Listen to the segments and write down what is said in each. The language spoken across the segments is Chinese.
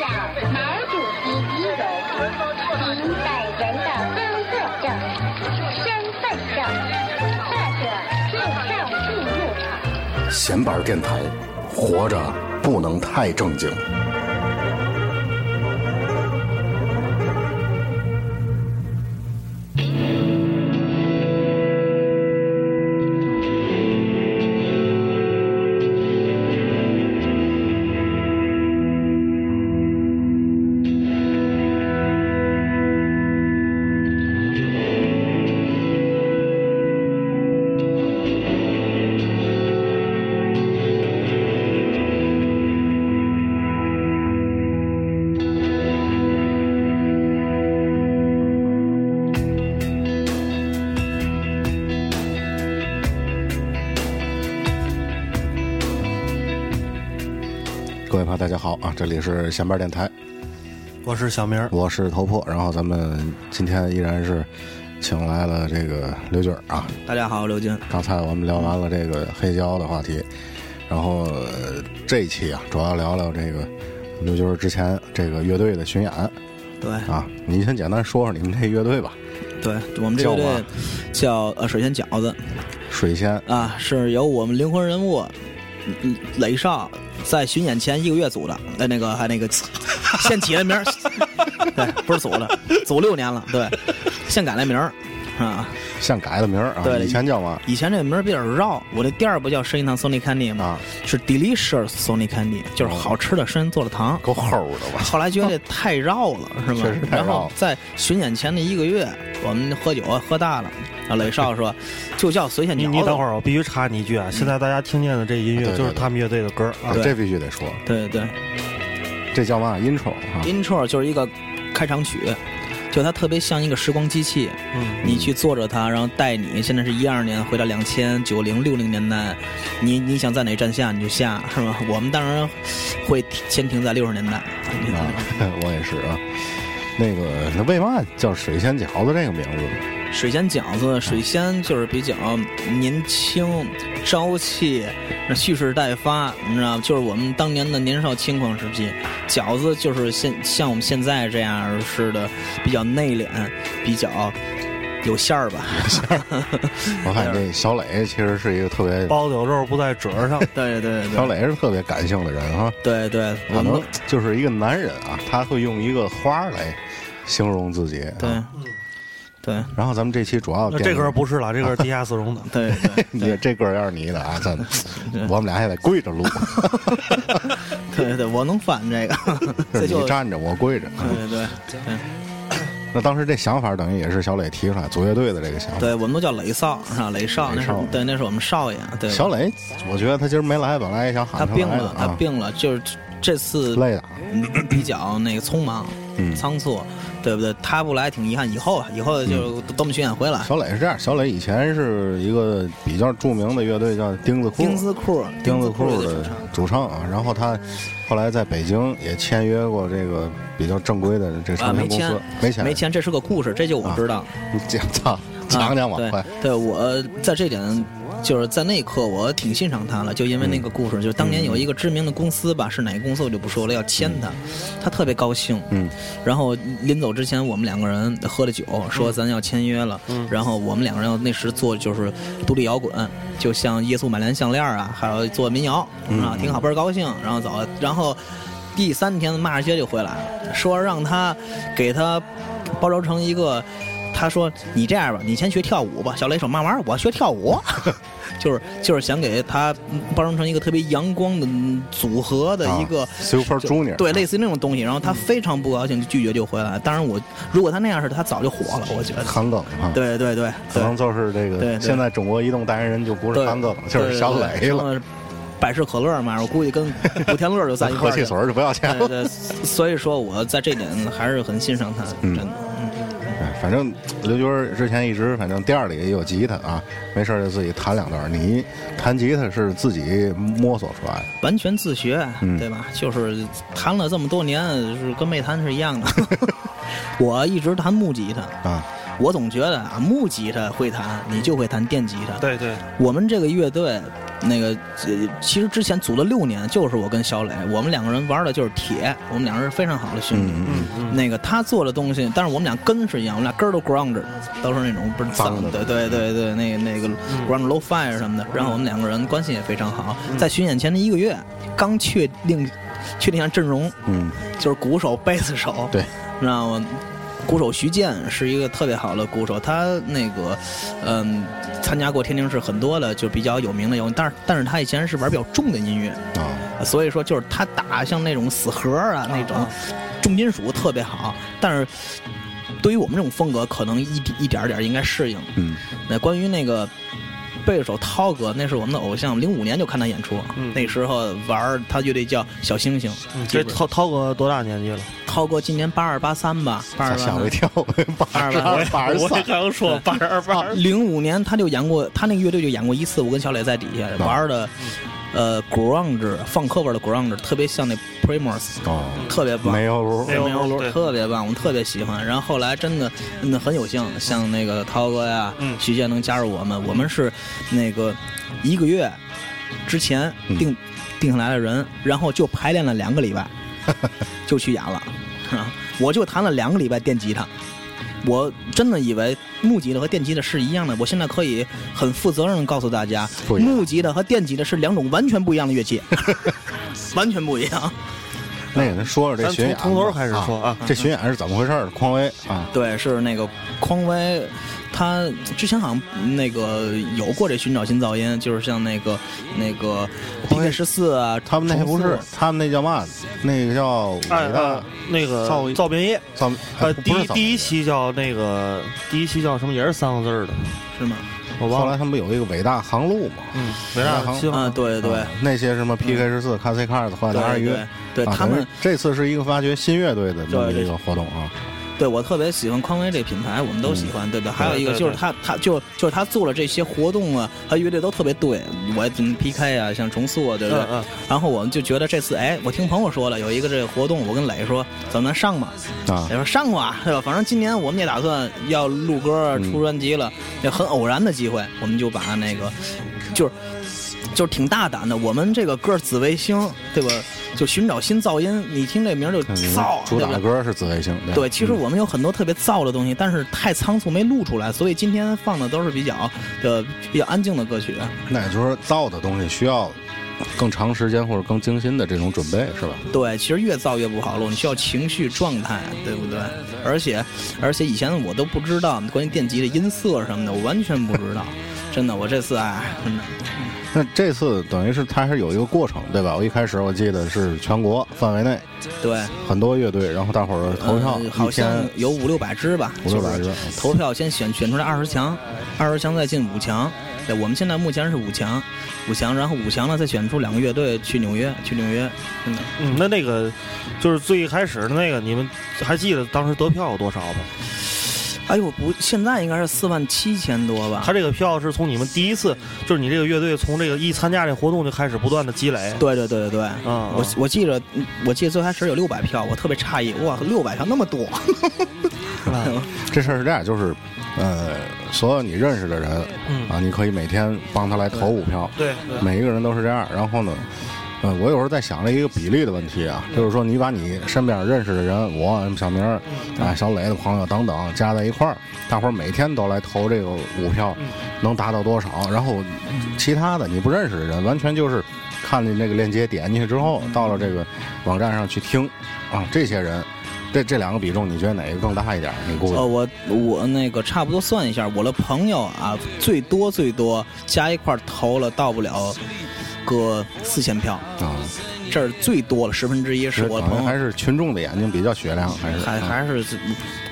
家长毛主席遗容，您本人的工作证、身份证或者护照记录。闲板电台，活着不能太正经。各位朋友，大家好啊！这里是闲板电台，我是小明儿，我是头破。然后咱们今天依然是请来了这个刘军儿啊。大家好，刘金。刚才我们聊完了这个黑胶的话题，然后、呃这一期啊，主要聊聊这个刘军儿之前这个乐队的巡演对啊。你先简单说说你们这乐队吧，对，我们这叫个嘛队叫呃水仙饺子水仙。啊，是由我们灵魂人物嗯雷少在巡演前一个月组的，呃，那个还那个 现起的名儿， 对，不是组的，组六年了，对，现改了名儿啊。现改了名儿啊，对以前叫嘛以前这名儿比较绕，我这店儿不叫生意堂 Sony Candy 吗？啊，是 Delicious Sony Candy，就是好吃的生人做的糖。哦够齁的吧？后来觉得这太绕了，是吗？ 确实太绕了然后在巡演前的一个月，我们喝酒喝大了，啊，雷少说就叫随便你饺子。你等会儿，我必须插你一句啊！现在大家听见的这音对对乐对就是他们乐队的歌啊啊，对这必须得说，对对这叫嘛 intro 啊对，intro 就是一个开场曲，就它特别像一个时光机器，嗯，你去坐着它，然后带你，现在是一二年，回到两千九零六零年代，你你想在哪站下你就下，是吧？我们当然会先停在六十年代。啊， 我也是啊。那个，那为嘛叫水仙饺子这个名字呢？水仙饺子，水仙就是比较年轻、朝气，那蓄势待发，你知道吗？就是我们当年的年少轻狂时期，饺子就是现像我们现在这样似的，比较内敛，比较有馅儿吧。嗯我发现这小磊其实是一个特别，包子有肉不在褶儿上，对对小对磊是特别感性的人啊，对对，我可们能就是一个男人啊，他会用一个花儿来形容自己。啊对。对然后咱们这期主要那这歌歌不是了，这歌是地下丝绒的。对对也这歌要是你的 啊，咱我们俩也得跪着录，对对，我能反这个，是这就你对站着我跪着。啊对对对那当时这想法等于也是小磊提出来组乐队的这个想法。对，我们都叫雷少是吧？雷少，那雷是少对，那是我们少爷。对，小磊，我觉得他今儿没来，本来也想他喊病来的了，他啊，病了，就是这次累的啊。嗯比较那个匆忙、嗯仓促，对不对？他不来挺遗憾，以后啊，以后嗯就都没巡演回来。小磊是这样，小磊以前是一个比较著名的乐队叫钉子裤，钉子裤，钉子裤裤的主的唱主唱啊，然后他后来在北京也签约过这个比较正规的这啊，唱没片公司签，，没没签，这是个故事，这就我知道。你讲 操，讲讲吧，啊快，对，对我在这点。就是在那一刻，我挺欣赏他了，就因为嗯那个故事，就是当年有一个知名的公司吧，是哪个公司我就不说了，要签他，他特别高兴。嗯，然后临走之前，我们两个人喝了酒，说咱要签约了。嗯然后我们两个人那时做就是独立摇滚，就像耶稣满帘项链啊，还有做民谣嗯啊，挺好，倍儿高兴。然后走，然后第三天骂着街就回来了，说让他给他包装成一个。他说：“你这样吧，你先学跳舞吧。”小雷说：“慢慢，我学 跳舞。”就是就是想给他包装成一个特别阳光的嗯组合的一个、啊 Super 就 Junior 对，类似于那种东西。然嗯后他非常不高兴，就拒绝就回来。当然我，如果他那样似的，他早就火了，我觉得。韩梗啊，，对对对可对，能就是这对个对现在中国移动代言人就不是对韩梗，就是小磊。对对了，对百事可乐嘛，我估计跟古天乐就在一 喝块儿去汽了。水儿就不要钱对了。对，所以说我在这点还是很欣赏他，真的。嗯哎反正刘军儿之前一直，反正店儿里也有吉他啊，没事儿就自己弹两段儿。你弹吉他是自己摸索出来的，完全自学，嗯对吧？就是弹了这么多年，是跟没弹是 一样的。我一直弹木吉他，啊，我总觉得啊，木吉他会弹，你就会弹电吉他。对对，我们这个乐队，那个呃其实之前组了六年，就是我跟小磊，我们两个人玩的就是铁，我们两个人是非常好的兄弟。嗯嗯那个他做的东西，但是我们俩根是一样，我们俩根儿都 ground，着都是那种不是脏的对对对嗯对，那个那个 ground low fire 什么的。然后我们两个人关系也非常好，嗯在巡演前的一个月，刚确定确定下阵容，嗯就是鼓手、贝斯手，对，知道吗？鼓手徐健是一个特别好的鼓手，他那个，嗯，参加过天津市很多的就比较有名的摇滚，但是但是他以前是玩比较重的音乐，啊，所以说就是他打像那种死核啊那种重金属特别好，但是对于我们这种风格，可能一一点儿点儿应该适应。嗯那关于那个贝斯手涛哥，那是我们的偶像，零五年就看他演出，嗯那时候玩儿他乐队叫小星星，这涛涛哥多大年纪了？涛哥今年八二八三吧，八二吓八吓我一三。跳，八十二八十三，刚说八十二八零五年他就演过，他那个乐队就演过一次，我跟小磊在底下玩的，嗯呃，grunge 放课本的 grunge 特别像那 Primus，哦，特别棒。煤油炉，没有没有对特别棒，我们特别喜欢。然后后来真的，嗯，很有幸，像那个涛哥呀、嗯徐健能加入我们，我们是那个一个月之前嗯定、定下来的人，然后就排练了两个礼 拜，就去演了。啊我就弹了两个礼拜电吉他，我真的以为木吉他和电吉他是一样的。我现在可以很负责任的告诉大家，不一样木吉他和电吉他是两种完全不一样的乐器， 完全不一样。那给咱说说这咱巡演从吧，从头开始说啊啊，这巡演是怎么回事儿？匡威啊，对，是那个匡威，他之前好像那个有过这寻找新噪音，就是像那个那个 BK 十四啊，他们那不是重塑，他们那叫嘛？那个叫伟哎，大呃那个造造便业，造，呃，不第不一是造，第一期叫那个第一期叫什么？也是三个字儿的，是吗？我后忘来了。他们不有一个伟大航路嘛？嗯，伟大然后希望啊，对对嗯啊那些什么 PK 十四、KC Cars 换的二对鱼，对，对啊他们等于这次是一个发掘新乐队的这么对对一个活动啊，对我特别喜欢匡威这品牌，我们都喜欢，对吧？还有一个对就是他，他就就是他做了这些活动啊，和乐队都特别对，我也嗯 PK 啊，像重塑啊，对不对？嗯嗯然后我们就觉得这次，哎，我听朋友说了有一个这个活动，我跟磊说，咱们上吧。啊磊，说上吧，对吧？反正今年我们也打算要录歌、出专辑了，嗯也很偶然的机会，我们就把那个就是。就是挺大胆的，我们这个歌《紫微星》，对吧？就寻找新噪音，你听这名儿就看你们燥，嗯啊主对打吧？歌嗯是紫微星，吧对，其实我们有很多特别燥的东西，但是太仓促没录出来，所以今天放的都是比较的比较安静的歌曲。嗯那也就是说造的东西需要更长时间或者更精心的这种准备，是吧？对，其实越燥越不好录，你需要情绪状态，对不对？而且而且以前我都不知道关于电吉的音色什么的，我完全 不知道。真的，我这次哎，真的那这次等于是它是有一个过程，对吧？我一开始我记得是全国范围内对。很多乐队，然后大伙儿投票，呃一好像天有五六百只吧，五六百只就是投票先选选出来二十强，二十强再进五强。对，我们现在目前是五强，五强，然后五强呢再选出两个乐队去纽约，去纽约，真的。嗯，那那个就是最一开始的那个，你们还记得当时得票有多少吗？哎呦，不，现在应该是四万七千多吧他？这个票是从你们第一次，就是你这个乐队从这个一参加这活动就开始不断的积累。对对对对对，嗯我嗯我记着，我记得最开始有六百票，我特别诧异，哇，六百票那么多，嗯这事儿是这样，就是，呃，所有你认识的人，嗯啊，你可以每天帮他来投五票， 对对每一个人都是这样。然后呢，呃，我有时候在想了一个比例的问题嗯啊，就是说你把你身边认识的人，我小明儿，嗯啊，小磊的朋友等等加在一块儿，大伙儿每天都来投这个五票，嗯能达到多少？然后其他的你不认识的人，完全就是看见这个链接点进去之后，到了这个网站上去听，啊，这些人。这这两个比重，你觉得哪个更大一点？你估计？呃，我我那个差不多算一下，我的朋友啊，最多最多加一块儿投了，到不了个四千票，啊，这儿最多了，十分之一是我可能朋还友，是群众的眼睛比较雪亮，还是嗯嗯还还是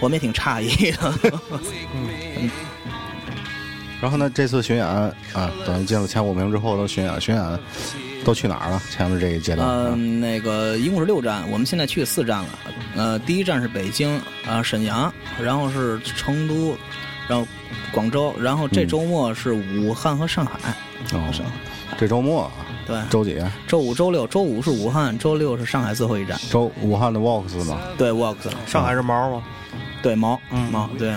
我们也挺诧异的。然后呢，这次巡演啊，等于进了前五名之后都巡演，巡演都去哪儿了？前面这一阶段，啊嗯，那个一共是六站，我们现在去四站了。呃，第一站是北京，啊、沈阳，然后是成都，然后广州，然后这周末是武汉和上海。哦是吧这周末啊对，周几？周五、周六，周五是武汉，周六是上海最后一站。周武汉的 Vox 嘛，对，Vox，上海是毛吗？对毛，嗯毛，对，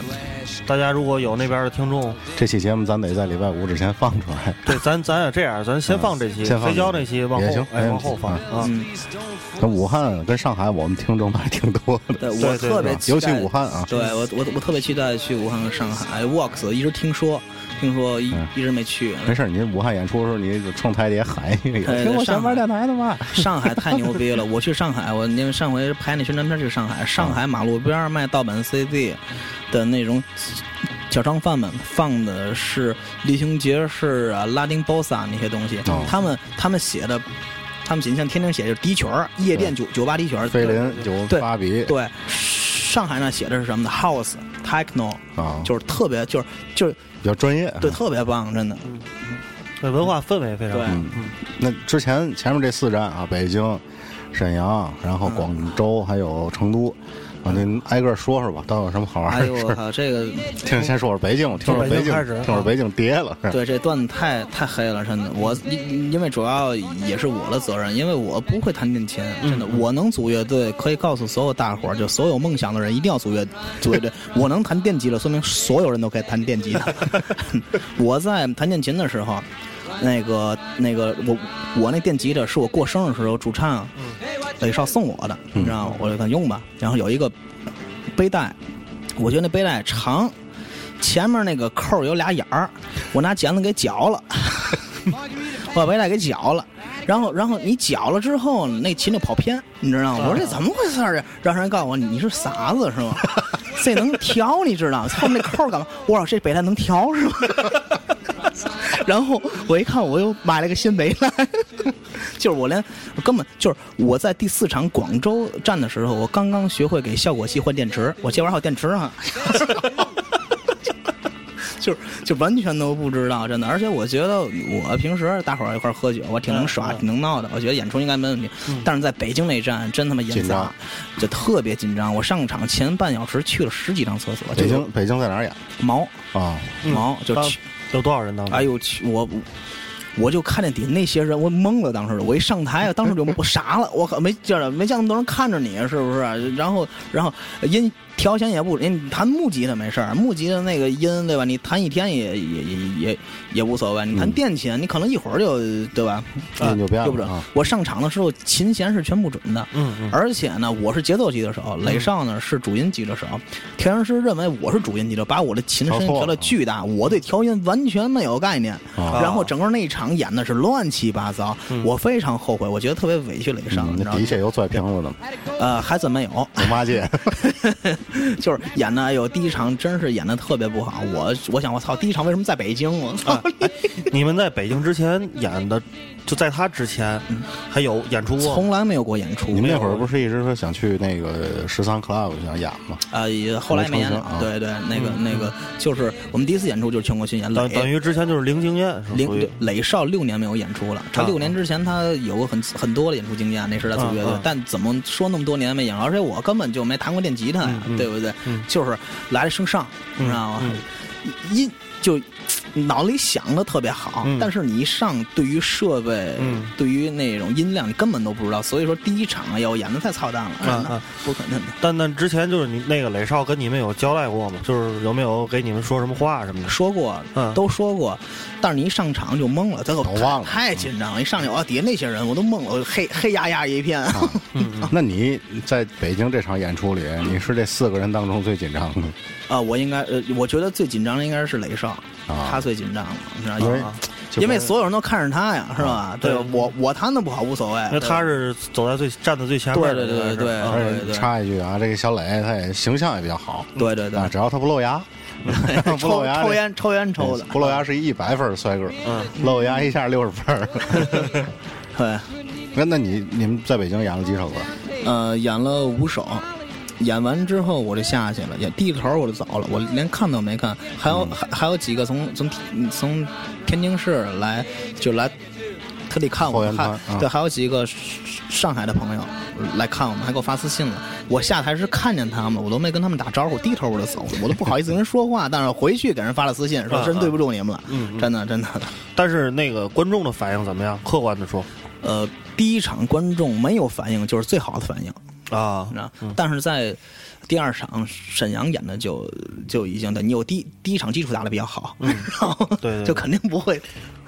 大家如果有那边的听众，这期节目咱得在礼拜五之前放出来。对，咱咱也这样，咱先放这期，嗯先放黑胶那期往也后行，没哎，问往题后放啊。嗯，那武汉跟上海，我们听众还挺多的，对对我对特对别啊期尤其待武汉啊，对我我我特别期待去武汉和上海。Vox 一直听说，听说一嗯一直没去。没事儿，你武汉演出的时候，你就冲台底下喊一个，哎听我想上玩海电台的吧。上海太牛逼了！ 我去上海，我因为上回拍那宣传片去上海，上海马路边儿卖盗版 CD 的那种小商贩们放的是流行爵士啊、拉丁 bossa 那些东西，哦他们他们写的，他们写像天天写就是迪曲儿，夜店酒酒吧迪曲儿，哦菲林有对芭比对。上海那写的是什么呢？House、Techno，啊，就是特别，就是就是比较专业。对，特别棒，真的。对，文化氛围非常对好。嗯，那之前前面这四站啊，北京、沈阳，然嗯后广州还有成都，啊，您挨个说说吧，都有什么好玩哎的 呦事我儿？靠，这个听，先说说北京，我听说从北北京京开始，啊听说北京跌了，是吧嗯对，这段子太太黑了，真的。我因因为主要也是我的责任，因为我不会弹电琴，真的。我能组乐队，可以告诉所有大伙儿，就所有梦想的人一定要组乐组乐队。我能弹电吉了，说明所有人都可以弹电吉的。我在弹电琴的时候。那个那个，我我那电吉他是我过生日的时候主唱李少送我的，你知道吗？我就敢用吧。然后有一个背带，我觉得那背带长，前面那个扣儿有俩眼儿，我拿剪子给绞了，我把背带给绞了。然后，然后你绞了之后，那琴就跑偏，你知道吗？我说这怎么回事儿啊？然后人告诉我你是傻子是吗？这能调你知道吗？后面那扣儿干嘛？我说这北带能调是吗？ 然后我一看，我又买了个新北带， 就是我连我根本就是我在第四场广州站的时候，我刚刚学会给效果器换电池，我这玩意儿还有电池啊。 就是就完全都不知道，真的。而且我觉得我平时大伙儿一块儿喝酒，我挺能耍，挺能闹的。我觉得演出应该没问题。但是在北京那一站，真他妈演紧砸张，就特别紧张。我上场前半小时去了十几趟厕所，北就有京北京在哪儿演毛啊？嗯毛就当去有多少人当时？哎呦我去，我我就看见底下那些人，我懵了。当时我一上台，啊当时就我傻了，我靠，没见着没见那么多人看着你，啊是不是？然后然后音调弦也不，你弹木吉他没事儿，木吉他那个音对吧？你弹一天也也也也也无所谓，你弹电琴，你可能一会儿就对吧？那嗯就变对不了准啊。我上场的时候，琴弦是全不准的。嗯嗯，而且呢，我是节奏吉他手，嗯雷少呢是主音吉他手。调音师认为我是主音吉他，把我的琴声调错了调的巨哦大，我对调音完全没有概念。啊然后整个那一场演的是乱七八糟，我非常后悔，我觉得特别委屈雷少，嗯你知道那吗底？下又拽瓶子 呢，呃，还真没有， 我妈界嗯就是演的，哎呦，第一场真是演的特别不好。我我想，我操，第一场为什么在北京？我啊操！哎你们在北京之前演的，就在他之前还有演出过 嗯从吗，来没有过演出你，们那会儿不是一直说想去那个十三 club 想演吗？呃，也后来没演了。没成型啊对对，那个那个，就是我们第一次演出就是全国巡演，等雷等于之前就是零经验，是属零于磊少六年没有演出了，他啊六年之前他有过很很多的演出经验，那是他组乐队啊啊，但怎么说那么多年没演了？而且我根本就没弹过电吉他呀，嗯对不对？就是来了升上，你知道吗？音就脑子里想的特别好，嗯但是你一上，对于设备嗯，对于那种音量，你根本都不知道。所以说第一场要演的太操蛋了，啊那啊不可能的。但但之前就是你那个雷少跟你们有交代过吗？就是有没有给你们说什么话什么的？说过，嗯都说过，但是你一上场就懵了，最后都忘了嗯太紧张了。一上去，哇，底下那些人我都懵了，我黑黑压压一片。嗯啊那你在北京这场演出里，你是这四个人当中最紧张的， 啊，我应该呃，我觉得最紧张的应该是雷少，啊他最紧张了，你知道因为吗？就因为跟啊所有人都看着他呀，是吧？对吧对我我弹的不好无所谓，因为他是走在最站在最前面对的，对对应该是对啊而且插一句啊，这个小磊他也形象也比较好，对对对啊，只要他不露牙，对，啊 不 抽露牙嗯抽烟抽烟抽的，不露牙是一百分儿帅哥，嗯，露牙一下六十分儿。 对，那那你你们在北京演了几首歌？啊呃，演了五首，演完之后我就下去了，也低着头我就走了，我连看都没看。还嗯有还还有几个从从从天津市来就来特地看后我们，援还、团啊对，还有几个上海的朋友来看我们，还给我发私信了。我下台是看见他们了，我都没跟他们打招呼，低头我就走了，我都不好意思跟人说话。但是回去给人发了私信，说啊真啊对不住你们了，嗯嗯真的真的。但是那个观众的反应怎么样？客观的说呃，第一场观众没有反应，就是最好的反应。啊，啊，但是在第二场沈阳演的就就已经的，你有第第一场基础打的比较好，然后嗯对对就肯定不会。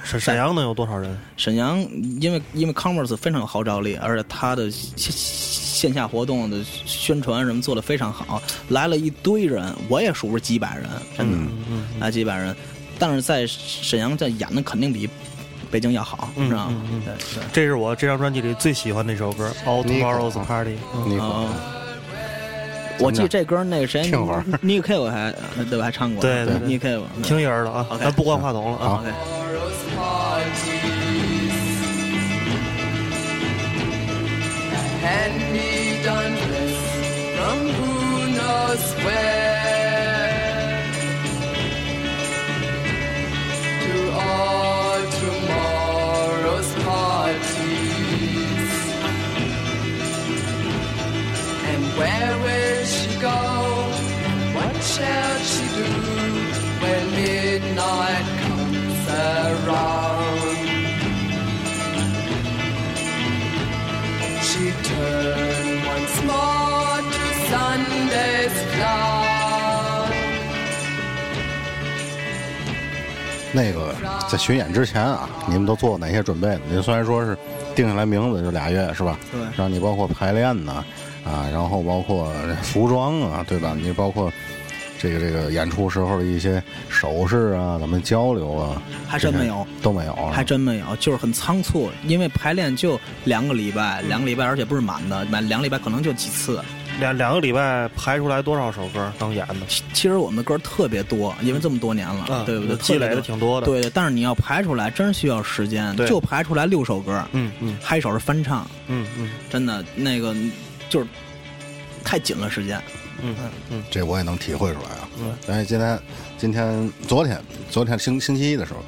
沈沈阳能有多少人？沈阳因为因为 Converse 非常有号召力，而且他的线线下活动的宣传什么做的非常好，来了一堆人，我也数不是几百人，真的、嗯来几百人，但是在沈阳这演的肯定比北京要好，嗯知道吗？嗯嗯对对。这是我这张专辑里最喜欢的一首歌《All 你 Tomorrow's Party》。嗯你哦可，我记得这歌那个谁听会儿 n i k 我还对吧还唱过，嗯对对对 n i k 我听一人了啊， OK 咱不关话筒了啊。 OK。 can be done this from who knows where to all tomorrow's parties. And where will she go? What shall she do when midnight comes around? she turned once more to Sunday's cloud. 那个在巡演之前啊，你们都做过哪些准备呢？您虽然说是定下来名字就俩月是吧？对然后你包括排练呐，啊，然后包括服装啊，对吧？你包括这个这个演出时候的一些手势啊，咱们交流啊，还真没有这些都没有啊，还真没有，就是很仓促，因为排练就两个礼拜，两个礼拜，而且不是满的，满两个礼拜可能就几次。两两个礼拜排出来多少首歌能演的？其其实我们的歌特别多，因为这么多年了，啊对不对？积累的特别挺多的嗯对，但是你要排出来，真需要时间，对就排出来六首歌，嗯嗯还有一首是翻唱，嗯嗯真的那个就是太紧了时间。嗯嗯这我也能体会出来啊。哎，今天今天昨天昨天星星期一的时候，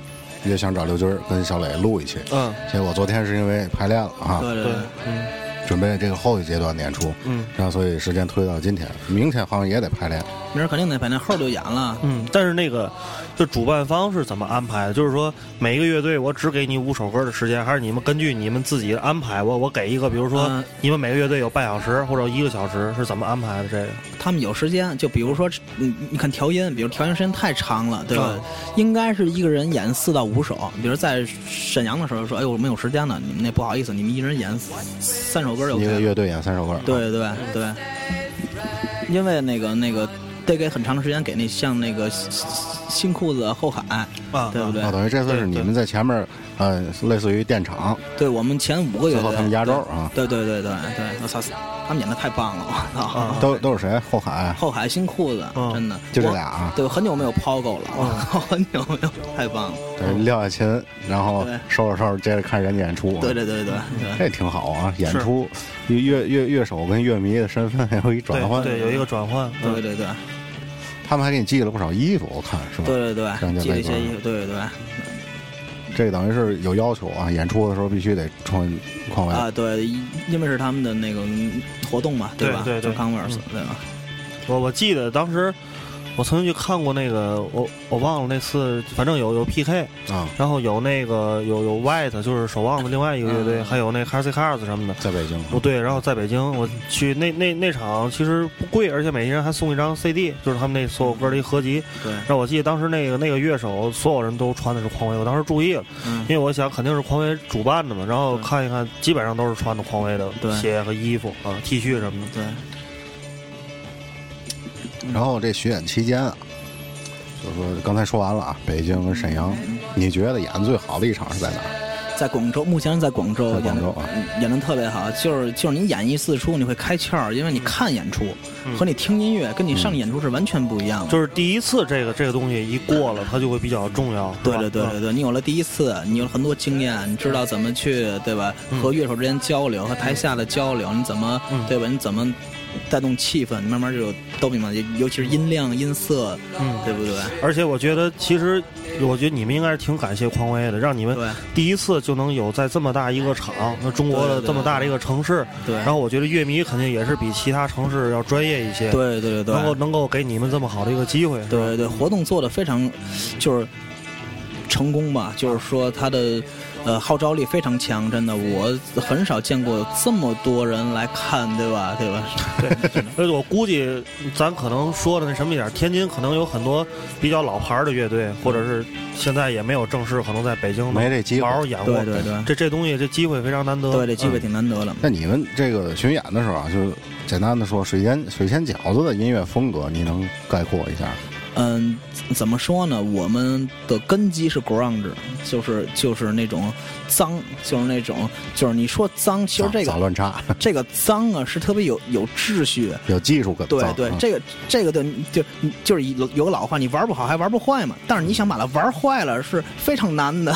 也想找刘军儿跟小磊录一期，嗯，结果昨天是因为排练了啊，对对对对，，嗯准备这个后一阶段的演出，嗯然后所以时间推到今天，明天好像也得排练。明儿肯定得排练，后儿就演了。嗯。但是那个，就主办方是怎么安排的？就是说，每一个乐队我只给你五首歌的时间，还是你们根据你们自己的安排？我我给一个，比如说嗯你们每个乐队有半小时或者一个小时，是怎么安排的？这个他们有时间，就比如说，你你看调音，比如调音时间太长了，对吧？啊应该是一个人演四到五首。比如在沈阳的时候说，哎，我没有时间了，你们那不好意思，你们一人演三首歌就一个 OK 了。乐队演三首歌，对对对，因为那个那个得给很长的时间给那像那个新新裤子后海，啊对不对？哦，等于这次是你们在前面，呃，类似于电场，对我们前五个乐最后队，他们压轴啊对对对对对，我操，他们演的太棒了，我操！啊都都是谁？后海，啊后海新裤子，嗯真的就这我俩啊嗯对，很久没有抛狗了，我 很久没有，太棒了！哦对，廖亚琴，然后对收拾收拾，接着看人家演出。啊对对对对对，这挺好啊，演出乐乐乐乐手跟乐迷的身份还有一转换。对对，有一个转换。对嗯对对他们还给你寄了不少衣服，我看是吧？对对像对，就寄了那一些衣个，服，对对对这个等于是有要求啊，演出的时候必须得穿匡威。啊，对，因为是他们的那个嗯活动嘛，对吧？对对就 Converse 嗯对吧？我我记得当时我曾经去看过那个，我我忘了那次，反正有有 PK，啊，然后有那个有有 White，就是守望的另外一个乐队，嗯还有那 Harcy Cars 什么的。在北京。不哦对，然后在北京我去那那那场其实不贵，而且每人还送一张 CD，就是他们那所有歌的一合集。对，然后我记得当时那个那个乐手，所有人都穿的是匡威，我当时注意了，嗯因，为我想肯定是匡威主办的嘛，然后看一看，基本上都是穿的匡威的对鞋和衣服啊、T 恤什么的。对，然后这巡演期间啊，就是说刚才说完了啊，北京跟沈阳，你觉得演得最好的一场是在哪儿？在广州，目前是在广州在广演州的啊，嗯演的特别好，就是就是你演一次出你会开窍儿，因为你嗯看演出和你听音乐跟你上演出是完全不一样的。就是第一次这个这个东西一过了，它就会比较重要。对是对吧啊对对对，你有了第一次，你有了很多经验，你知道嗯怎么去对吧？和乐手之间交流，和台下的交流，你怎么对吧？你怎么带动气氛，慢慢就有逗比嘛，尤尤其是音量、音色，嗯，对不对？而且我觉得，其实我觉得你们应该是挺感谢匡威的，让你们对第一次就能有在这么大一个场，那中国对的对这么大的一个城市，对然后我觉得乐迷肯定也是比其他城市要专业一些，，对对对对，能够能够给你们这么好的一个机会，是吧对对对，活动做的非常就是成功吧，就是说它的呃号召力非常强，真的，我很少见过这么多人来看，对吧？对 吧？对，所以我估计咱可能说的那什么一点儿，天津可能有很多比较老牌儿的乐队，或者是现在也没有正式，可能在北京没这机会好好演过。对对对这这东西这机会非常难得。对，这机会嗯挺难得的。那你们这个巡演的时候啊，就简单的说，水仙水仙饺子的音乐风格，你能概括一下？嗯，怎么说呢？我们的根基是 grunge，就是就是那种脏，就是那种就是你说脏，其实这杂个乱差， 这个脏啊是特别有有秩序。有技术感。对脏对嗯，这个这个的就就是有有个老话，你玩不好还玩不坏嘛。但是你想把它玩坏了是非常难的，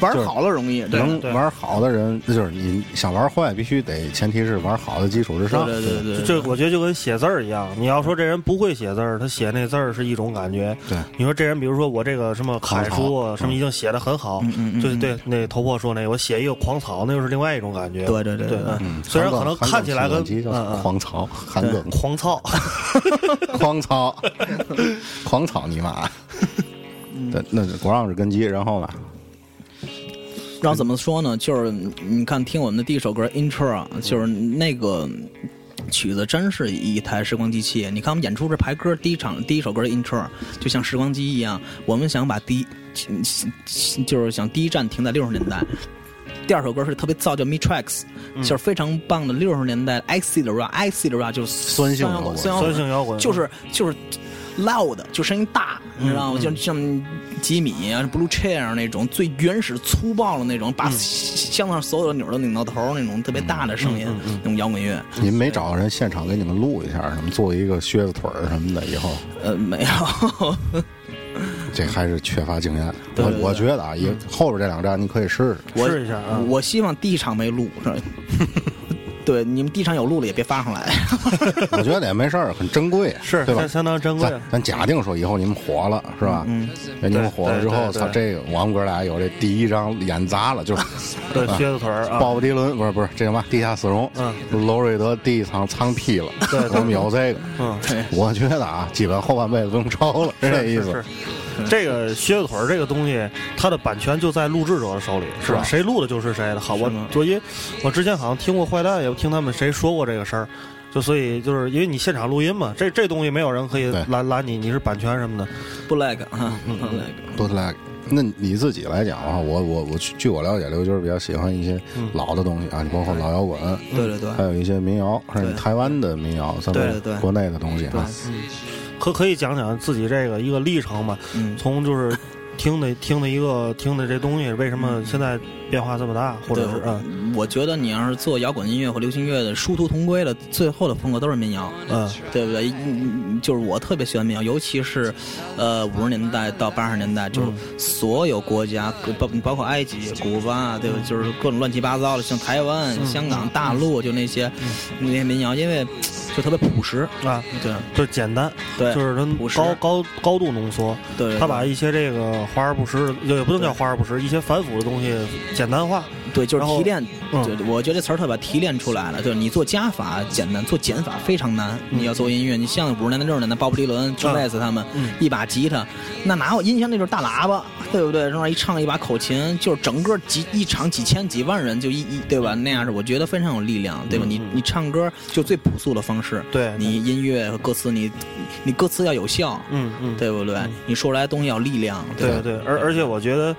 玩好了容易。对能对玩好的人，就是你想玩坏，必须得前提是玩好的基础之对上。对对对，这我觉得就跟写字儿一样，你要说这人不会写字儿，他写那字儿是一种感觉。对你说这人，比如说我这个什么楷书狂草啊，什么已经写的很好，嗯嗯嗯就是嗯对那头破说那个，我写一个狂草，那又是另外一种感觉。对对对对对，嗯虽然可能看起来跟嗯嗯狂草，韩梗 狂操， 狂草，狂草你妈！嗯 对，那果让是根基，然后呢？然后怎么说呢？就是你看，听我们的第一首歌《Intro》啊，嗯就是那个曲子真是一台时光机器。你看我们演出这排歌，第一场第一首歌《Intro》就像时光机一样，我们想把第一就是想第一站停在六十年代。第二首歌是特别燥，叫《Me Tracks》，就是嗯非常棒的六十年代 acid rock，acid rock 就是酸性摇摇滚滚，摇酸性摇滚就是就是 loud，就声音大，你知道嗯吗？就像吉米啊、Blue Chair 那种最原始、粗暴的那种，嗯把箱子上所有的钮都拧到头那种特别大的声音，嗯那种摇滚乐。您没找人现场给你们录一下，什么做一个靴子腿儿什么的，以后呃，没有，这还是缺乏经验。对对对我我觉得啊，嗯也后边这两站你可以试试。 我试一下啊 我希望第一场没录，是 吧对，你们第一场有录了也别发上来。我觉得也没事儿，很珍贵，是对吧相？相当珍贵啊咱。咱假定说以后你们火了，是吧？嗯，你们火了之后，对对对操，这个我们哥俩有这第一张演砸了，就是对，靴子腿儿啊，鲍勃迪伦不是不是这什么地下丝绒，嗯罗瑞德第一场苍屁了，对对对我们有这个，嗯， 我觉得啊，基本后半辈子不用抽了，是这意思是。 这个靴子腿儿这个东西，它的版权就在录制者的手里，是吧？谁录的就是谁的。好，我吗所以，我之前好像听过坏蛋，也听他们谁说过这个事儿。就所以就是因为你现场录音嘛，这这东西没有人可以对拦拦你，你是版权什么的。 不 lag 啊，嗯不多 lag。来，那你自己来讲的话，我我我据我了解，刘军比较喜欢一些老的东西啊，你包括老摇滚，对对对还有一些民谣，甚至对台湾的民谣，咱对对们对国内的东西对啊，，可可以讲讲自己这个一个历程嘛？嗯从就是听的听的一个听的这东西，为什么现在变化这么大，或者是嗯嗯，我觉得你要是做摇滚音乐和流行乐的殊途同归的，最后的风格都是民谣。嗯对不对？嗯就是我特别喜欢民谣，尤其是，呃，五十年代到八十年代，嗯就是所有国家，包包括埃及、古巴，啊嗯对吧？就是各种乱七八糟的，像台湾、香港、大陆，就那些嗯那些民谣，因为就特别朴实，啊，对就是简单，对就是朴实它高高高度浓缩。对对他把一些这个华而不实，也不能叫华而不实，一些反腐的东西简单化。对，就是然后提炼。嗯对，我觉得这词儿特把提炼出来了。就是你做加法简单，做减法非常难。你要做音乐，你像五十年代、六十年代，鲍勃迪伦、朱贝斯他们，嗯一把吉他，那哪有音箱？那就是大喇叭，对不对？然后一唱一把口琴，就是整个几一场几千几万人就一一对吧？那样是我觉得非常有力量，对吧？你你唱歌就最朴素的方式，嗯对你音乐和歌词，你你歌词要有效，嗯嗯，对不对？你说出来的东西要有力量，对吧对对，而而且我觉得，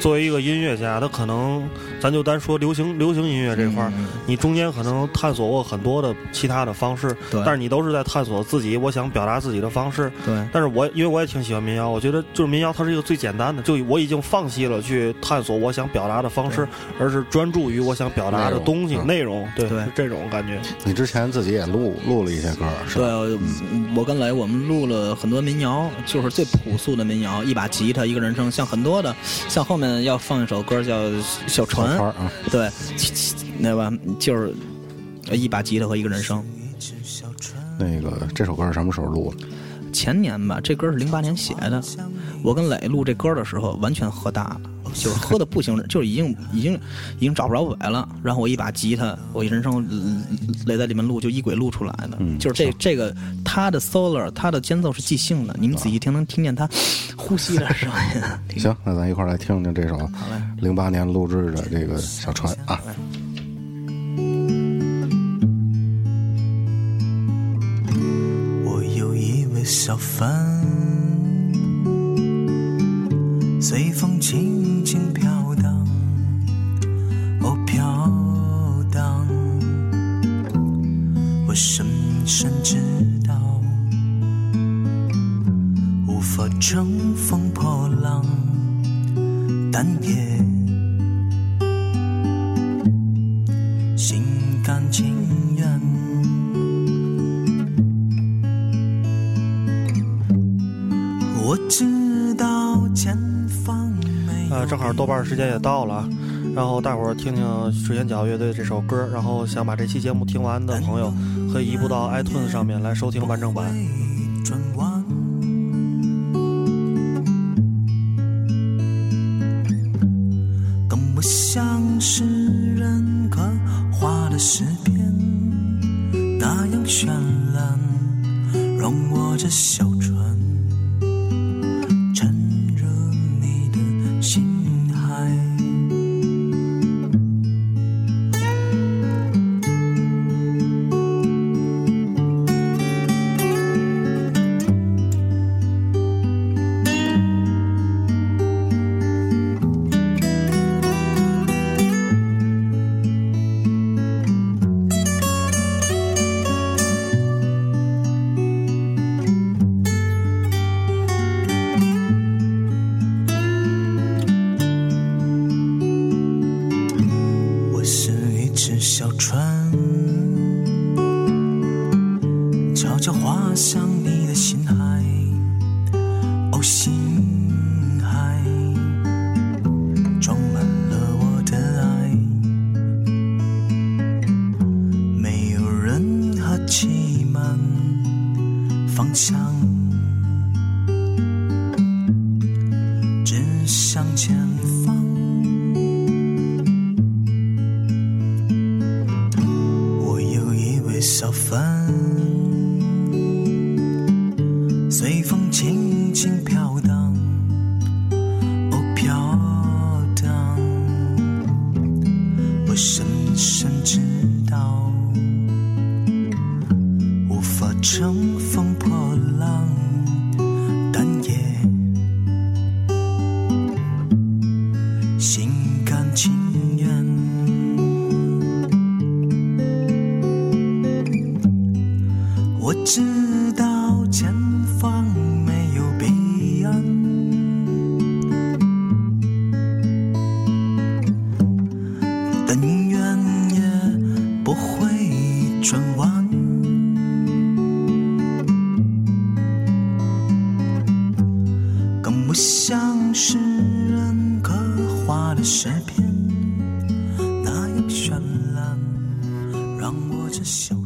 作为一个音乐家，他可能，咱就单说流行流行音乐这块儿，你中间可能探索过很多的其他的方式，对但是你都是在探索自己，我想表达自己的方式。对但是我因为我也挺喜欢民谣，我觉得就是民谣它是一个最简单的，就我已经放弃了去探索我想表达的方式，而是专注于我想表达内的容东西嗯内容，对，对是这种感觉。你之前自己也录录了一些歌，是对吧？，嗯我跟雷我们录了很多民谣，就是最朴素的民谣，一把吉他，一个人声，像很多的，像后面要放一首歌叫《小船小》，船嗯呃对，那吧，就是一把吉他和一个人声，那个这首歌是什么时候录的？前年吧，这歌是零八年写的。我跟磊录这歌的时候，完全喝大了，就是喝的不行， 就是已经已经已经找不着北了。然后我一把吉他，我一人声呃垒在里面录，就一轨录出来的。就是这这个他的 solo，他的间奏是即兴的，你们仔细听能听见他 呼吸的声音。挺行，那咱一块儿来听听这首嘞零八年录制的这个小船啊。我有一位小帆，随风轻轻飘荡，哦飘荡。我深深知道，无法乘风破浪，但也心甘情愿。我知道前方没有呃，正好豆瓣儿时间也到了，啊然后大伙儿听听水仙饺乐队这首歌，然后想把这期节目听完的朋友，可以移步到 iTunes 上面来收听完整版。会转弯。更不像是人刻画的诗篇那样绚烂，让我这小船沉入你的心海。我是一只小船，悄悄划向你的心海，哦，心海，装满了我的爱，没有任何期满方向，只向前方。我有一位小帆，随风轻轻飘荡，哦飘荡。我深深知道，无法乘风破浪，但也心甘情愿。我知道前方没有彼岸，但永远也不会转弯。更不像是人刻画的诗篇那样绚烂，让我这小。